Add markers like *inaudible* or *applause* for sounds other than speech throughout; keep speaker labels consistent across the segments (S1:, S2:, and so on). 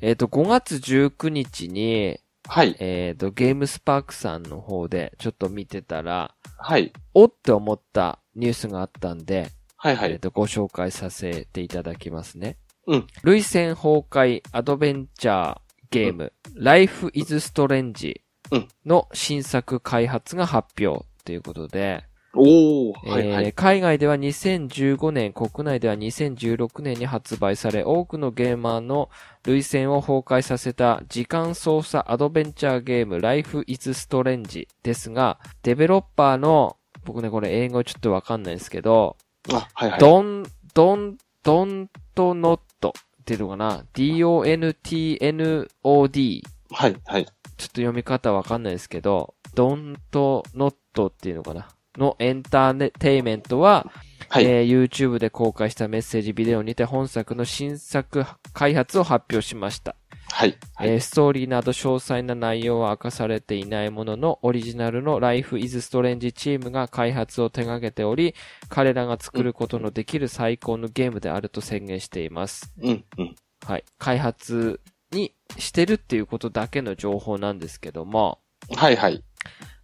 S1: えっ、と、5月19日に、
S2: はい。
S1: えっ、と、ゲームスパークさんの方でちょっと見てたら、
S2: はい。
S1: おって思ったニュースがあったんで、
S2: はいは
S1: えっ、
S2: い。
S1: と、ご紹介させていただきますね。
S2: うん。
S1: 類戦崩壊アドベンチャーゲーム、Life is Strange
S2: うん
S1: の新作開発が発表ということで、
S2: おー。
S1: え
S2: はいは
S1: ー
S2: い。
S1: 海外では2015年、国内では2016年に発売され、多くのゲーマーの類戦を崩壊させた時間操作アドベンチャーゲーム Life is Strange ですが、デベロッパーの、僕ね、これ英語ちょっとわかんないんですけど、
S2: あ、はいはい。
S1: ドン、ドン、ドンとノットっていうのかな ?D-O-N-T-N-O-D。
S2: はいはい。
S1: ちょっと読み方わかんないですけど、ドンとノットっていうのかなのエンターテイメントは、
S2: はい。
S1: えー YouTube で公開したメッセージビデオにて本作の新作開発を発表しました。
S2: はい。はい
S1: えーストーリーなど詳細な内容は明かされていないものの、オリジナルの Life is Strange チームが開発を手掛けており、彼らが作ることのできる最高のゲームであると宣言しています。
S2: うんうん。
S1: はい。開発にしてるっていうことだけの情報なんですけども、
S2: はいはい。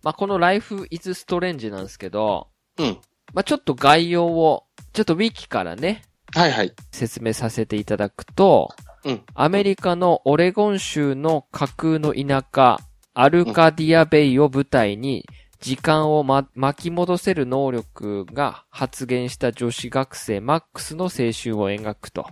S1: まあ、この Life is Strange なんですけど、
S2: うん。
S1: まあ、ちょっと概要を、ちょっと Wiki からね、
S2: はいはい。
S1: 説明させていただくと、
S2: うん。
S1: アメリカのオレゴン州の架空の田舎、アルカディアベイを舞台に、時間を、ま、巻き戻せる能力が発現した女子学生マックスの青春を描くと。
S2: は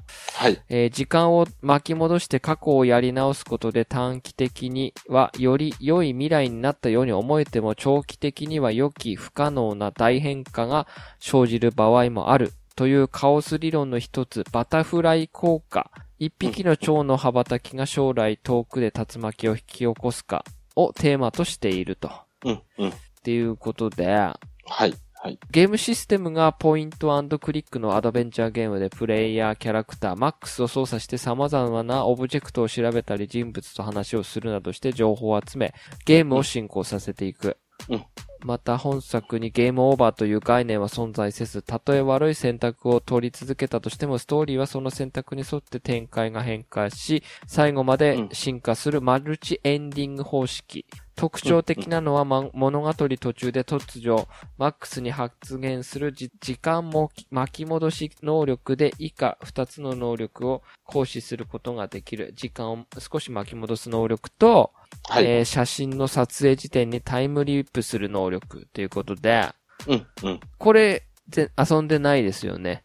S2: い。
S1: えー時間を巻き戻して過去をやり直すことで短期的にはより良い未来になったように思えても長期的には良き不可能な大変化が生じる場合もあるというカオス理論の一つバタフライ効果一匹の蝶の羽ばたきが将来遠くで竜巻を引き起こすかをテーマとしていると。っ
S2: うんうん。
S1: ていうことで、
S2: はい。はい。
S1: ゲームシステムがポイントクリックのアドベンチャーゲームでプレイヤー、キャラクター、マックスを操作して様々なオブジェクトを調べたり人物と話をするなどして情報を集め、ゲームを進行させていく。
S2: うん
S1: また本作にゲームオーバーという概念は存在せず、たとえ悪い選択を取り続けたとしても、ストーリーはその選択に沿って展開が変化し、最後まで進化するマルチエンディング方式。特徴的なのは、ま物語途中で突如、マックスに発現するじ時間も巻き戻し能力で以下2つの能力を行使することができる。時間を少し巻き戻す能力と、
S2: はい。
S1: えー写真の撮影時点にタイムリープする能力ということで、
S2: うんうん。
S1: これ、ぜ遊んでないですよね。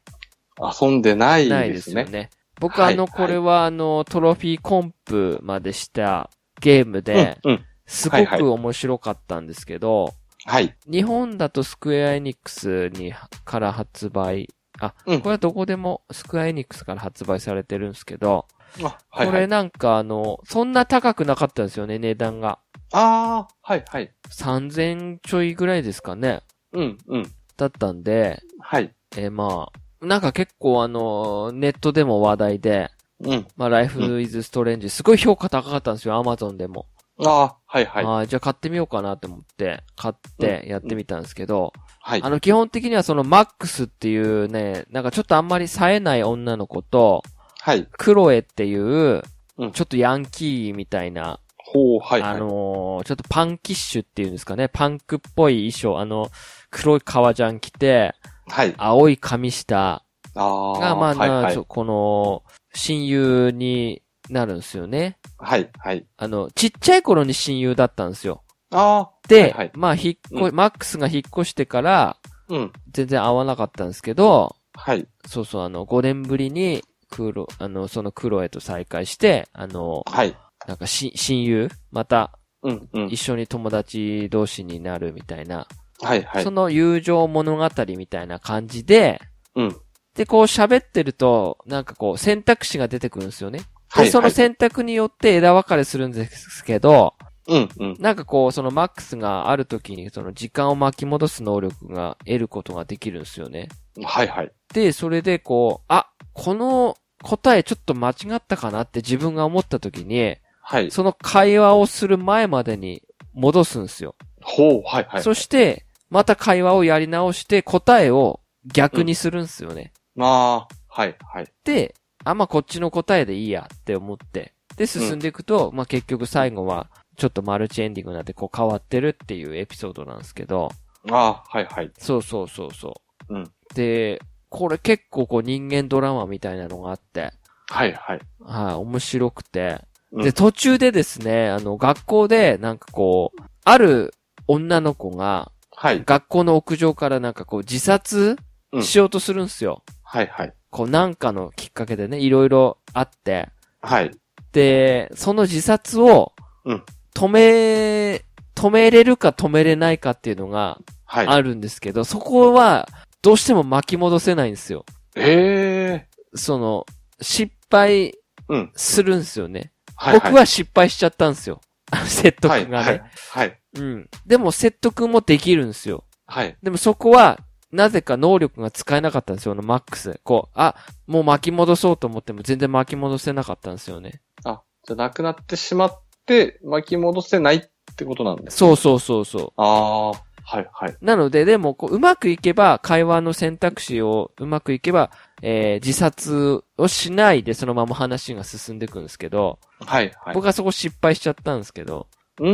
S2: 遊んでない
S1: ない
S2: で
S1: ですすよ
S2: ね。
S1: ね。僕
S2: はい
S1: あの、
S2: はい
S1: これはあの、トロフィーコンプまでしたゲームで、
S2: うんうん。
S1: すご
S2: はいはい
S1: く面白かったんですけど、
S2: はい。
S1: 日本だとスクエアエニックスに、から発売。あ、
S2: うん
S1: これはどこでもスクエアエニックスから発売されてるんですけど、
S2: あ、はい
S1: こ
S2: は
S1: れ
S2: い。
S1: なんかあの、そんな高くなかったんですよね、値段が。
S2: ああ、はいはい。
S1: 3000ちょいぐらいですかね。
S2: うんうん。
S1: だったんで、
S2: はい。
S1: えーまあ、なんか結構あの、ネットでも話題で、
S2: うん。
S1: まあ、ライフイズストレンジ、すごい評価高かったんですよ、アマゾンでも。
S2: ああ、はいはい。
S1: あーじゃあ買ってみようかなと思って、買ってやってみたんですけど、
S2: はい
S1: あ。の、基本的にはそのマックスっていうね、なんかちょっとあんまり冴えない女の子と、
S2: はい。
S1: クロエっていう
S2: う、ん
S1: ちょっとヤンキーみたいな、
S2: ほう、はいはい。
S1: あのーちょっとパンキッシュっていうんですかね、パンクっぽい衣装、あの、黒い革ジャン着て、
S2: はい。
S1: 青い髪した、
S2: ああ。
S1: が、まあ、
S2: はい
S1: な
S2: は
S1: ち
S2: い。
S1: ょこの、親友になるんですよね。
S2: はいはい。
S1: あの、ちっちゃい頃に親友だったんですよ。
S2: あ
S1: で、
S2: はいはい
S1: まあ、引っ越、
S2: う
S1: マックスが引っ越してから、
S2: あ、うん。
S1: 全然会わなかったんですけど、
S2: はい。
S1: そうそう、あの、5年ぶりに、クロ、あの、そのクロエと再会して、あの、
S2: はい。
S1: なんかし、親友、また、
S2: うんうん
S1: 一。緒に友達同士になるみたいな、
S2: はいはい
S1: そ。の友情物語みたいな感じで、
S2: うん。
S1: で、こう喋ってると、なんかこう、選択肢が出てくるんですよね。
S2: は
S1: で、
S2: い
S1: そ
S2: は
S1: の
S2: い。
S1: 選択によって枝分かれするんですけど、
S2: うんうん。
S1: なんかこう、そのマックスがある時に、その時間を巻き戻す能力が得ることができるんですよね。
S2: はいはい。
S1: で、それでこう、あ、この答えちょっと間違ったかなって自分が思った時に、
S2: はい。
S1: その会話をする前までに戻すんですよ。
S2: ほう、はいはい。
S1: そして、また会話をやり直して答えを逆にするんですよね。
S2: まあ、はいはい。
S1: で、あ、まあ、こっちの答えでいいやって思って、で、進んでいくと、まあ結局最後は、ちょっとマルチエンディングなんでこう変わってるっていうエピソードなんですけど、
S2: ああ、はいはい。
S1: そうそうそうそう。
S2: うん
S1: で、これ結構こう人間ドラマみたいなのがあって、
S2: はいはい。
S1: はい、面白くて。
S2: うん
S1: で、途中でですね、あの、学校で、なんかこう、ある女の子が、
S2: はい。
S1: 学校の屋上からなんかこう、自殺
S2: うん
S1: しようとするんですよ。
S2: はいはい。
S1: こう、なんかのきっかけでね、いろいろあって。
S2: はい。
S1: で、その自殺を
S2: うん、
S1: 止め、止めれるか止めれないかっていうのが
S2: はい。
S1: あるんですけど、そこは、どうしても巻き戻せないんですよ。
S2: ええ
S1: その、失敗
S2: うん。
S1: するんですよね。
S2: はいい。
S1: 僕は失敗しちゃったんですよ。 *laughs* 説得がね、
S2: はいはい。
S1: うん。でも説得もできるんですよ。
S2: はい。
S1: でもそこは、なぜか能力が使えなかったんですよ、あのマックス。こう、あ、もう巻き戻そうと思っても全然巻き戻せなかったんですよね。
S2: あ、じゃあなくなってしまって、巻き戻せないってことなんです。
S1: そうそうそうそう。
S2: ああ、はいはい。
S1: なので、でも、こう、うまくいけば、会話の選択肢をうまくいけば、えー自殺をしないで、そのまま話が進んでいくんですけど、
S2: はいはい。
S1: 僕はそこ失敗しちゃったんですけど、
S2: うー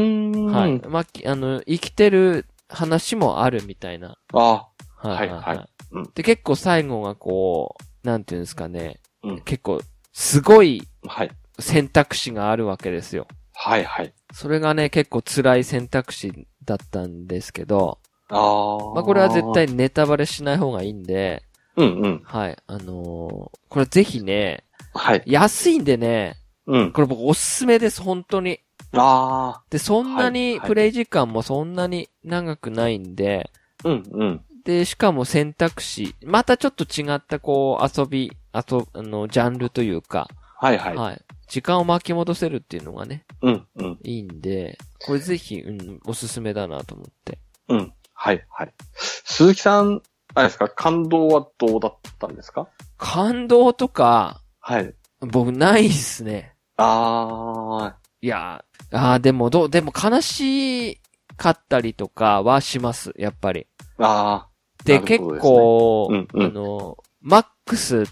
S2: ん。
S1: はい。まあ、きあの、生きてる話もあるみたいな。
S2: あ
S1: は
S2: はいはいうん
S1: で、結構最後がこう、なんていうんですかね、
S2: うん
S1: 結構、すごい
S2: あ、はい。
S1: 選択肢があるわけですよ。
S2: はいはい。
S1: それがね、結構辛い選択肢だったんですけど、
S2: ああ。
S1: まあ、これは絶。対ネタバレしない方がいいんで、
S2: うんうん。
S1: はい。あのーこれぜひね、
S2: はい。
S1: 安いんでね、
S2: うん。
S1: これ僕おすすめです、本当に。
S2: あ
S1: で、そんな
S2: はい
S1: に
S2: はい
S1: プレイ時間もそんなに長くないんで、
S2: あ。うんうん。
S1: で、しかも選択肢、またちょっと違ったこう、遊び、あと、あの、ジャンルというか、
S2: はいは。
S1: はいい。時間を巻き戻せるっていうのがね、
S2: うんうん。
S1: いいんで、これぜひ、うん、おすすめだなと思って。
S2: うん。はいはい。鈴木さん、あれですか、感動はどうだったんですか
S1: 感動とか、
S2: はい。
S1: 僕ないっすね。
S2: あ
S1: いやー、あーでもどう、でも悲しかったりとかはします、やっぱり。
S2: あ。あ
S1: で、
S2: なる
S1: 結
S2: ほどですね
S1: 構、
S2: うんうん
S1: あの、マックスっ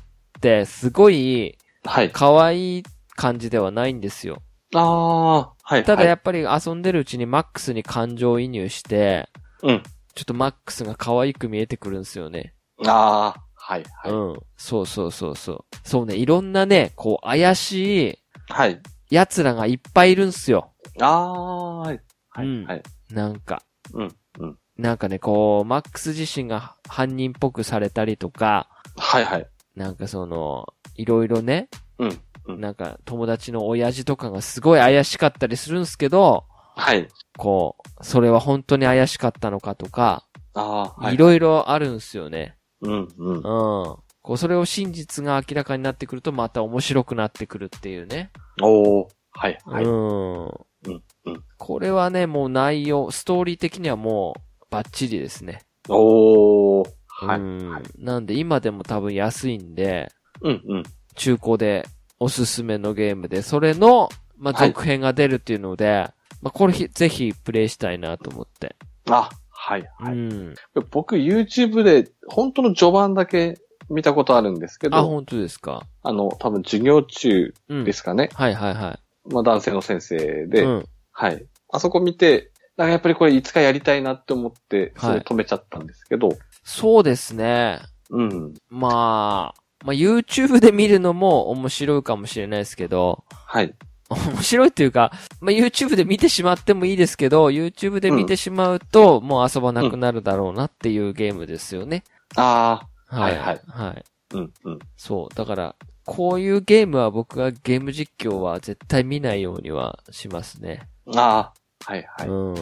S1: てすごい
S2: あ。はい。
S1: 可愛い感じではないんですよ。
S2: ああ。はいはい。
S1: ただやっぱり遊んでるうちにマックスに感情移入して、
S2: うん。
S1: ちょっとマックスが可愛く見えてくるんですよね。
S2: ああ。はいは
S1: うん。
S2: い。
S1: そうそうそうそう。そうね、いろんなね、こう怪し
S2: はい。
S1: い奴らがいっぱいいるんすよ。
S2: ああー。は
S1: うん
S2: いはい。
S1: なんか。
S2: うんうん。
S1: なんかね、こう、マックス自身が犯人っぽくされたりとか、
S2: はいはい。
S1: なんかその、いろいろね、
S2: うんうん
S1: なんか友達の親父とかがすごい怪しかったりするんすけど、
S2: はい。
S1: こう、それは本当に怪しかったのかとか、
S2: ああ。はいい。
S1: ろいろあるんすよね。
S2: うんうん。
S1: うん。こう、それを真実が明らかになってくるとまた面白くなってくるっていうね。
S2: おお。はいはい。
S1: うん。
S2: んうん
S1: これはね、もう内容、ストーリー的にはもう、バッチリですね。
S2: おお。はい。
S1: うん
S2: はい
S1: なんで今でも多分安いんで、
S2: うんうん。
S1: 中古でおすすめのゲームで、それの、まあ、
S2: はい
S1: 続編が出るっていうので、まあ、これひぜひプレイしたいなと思って。
S2: あ、はいは
S1: う
S2: い。
S1: ん。
S2: 僕 YouTube で本当の序盤だけ見たことあるんですけ
S1: あ、
S2: ど、
S1: 本当ですか。
S2: あの、多分授業中
S1: うん。
S2: ですかね。
S1: はいはいは
S2: まあ男性の先生
S1: い。
S2: で、
S1: うん。
S2: はい。あそこ見て、なんかやっぱりこれいつかやりたいなって思って、そ
S1: は
S2: れ
S1: い
S2: 止めちゃったんですけど、
S1: そうですね。
S2: うん。
S1: まあ、まあ、YouTube で見るのも面白いかもしれないですけど、 *laughs*
S2: はい。
S1: 面白いっていうか、まあ、YouTube で見てしまってもいいですけど、YouTube で見てしまうと、もう遊ばなくなるだろうなっていうゲームですよね。
S2: あ
S1: はい。
S2: はいはい
S1: はい。
S2: あ、うんうん。
S1: そう。だから、こういうゲームは僕はゲーム実況は絶対見ないようにはしますね。
S2: ああ、はいはい。
S1: うん。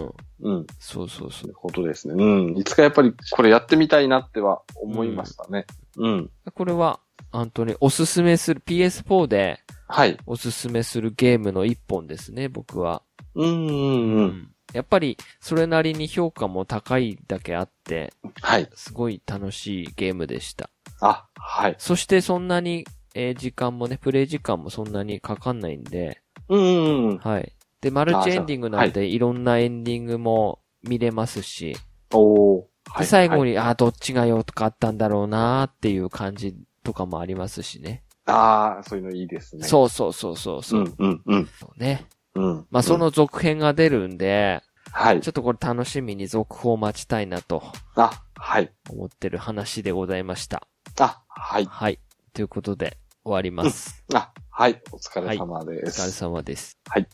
S2: うん。
S1: そうそうそ
S2: そ
S1: う。
S2: ういうことですね。うん。いつかやっぱりこれやってみたいなっては思いましたね。うん。
S1: これは、本当におすすめする、PS4 で
S2: はい。
S1: おすすめするゲームの一本ですね、僕は。
S2: うんうんうん。
S1: やっぱり、それなりに評価も高いだけあって、
S2: はい。
S1: すごい楽しいゲームでした。
S2: あ、はい。
S1: そしてそんなに、えー時間もね、プレイ時間もそんなにかかんないんで、
S2: うんうんうん。
S1: はい。で、マルチエンディングなんで、いろんなエンディングも見れますし、
S2: おー。は
S1: で
S2: い
S1: 最後
S2: に。
S1: に、あーどっちがよとかあったんだろうなーっていう感じとかもありますしね。
S2: ああ、そういうのいいですね。
S1: そうそうそうそうそうう、
S2: ん、うん、うん。
S1: ね。
S2: うん。
S1: まあ、そ
S2: うん、
S1: の続編が出るんで、
S2: はい
S1: ち。ょっとこれ楽しみに続報を待ちたいなと
S2: あ、はい。
S1: 思ってる話でございました。
S2: あ、はい。
S1: はい。ということで、終わります。
S2: あ、はい。お疲れ様で
S1: お疲れ
S2: す。
S1: 様です。
S2: はい。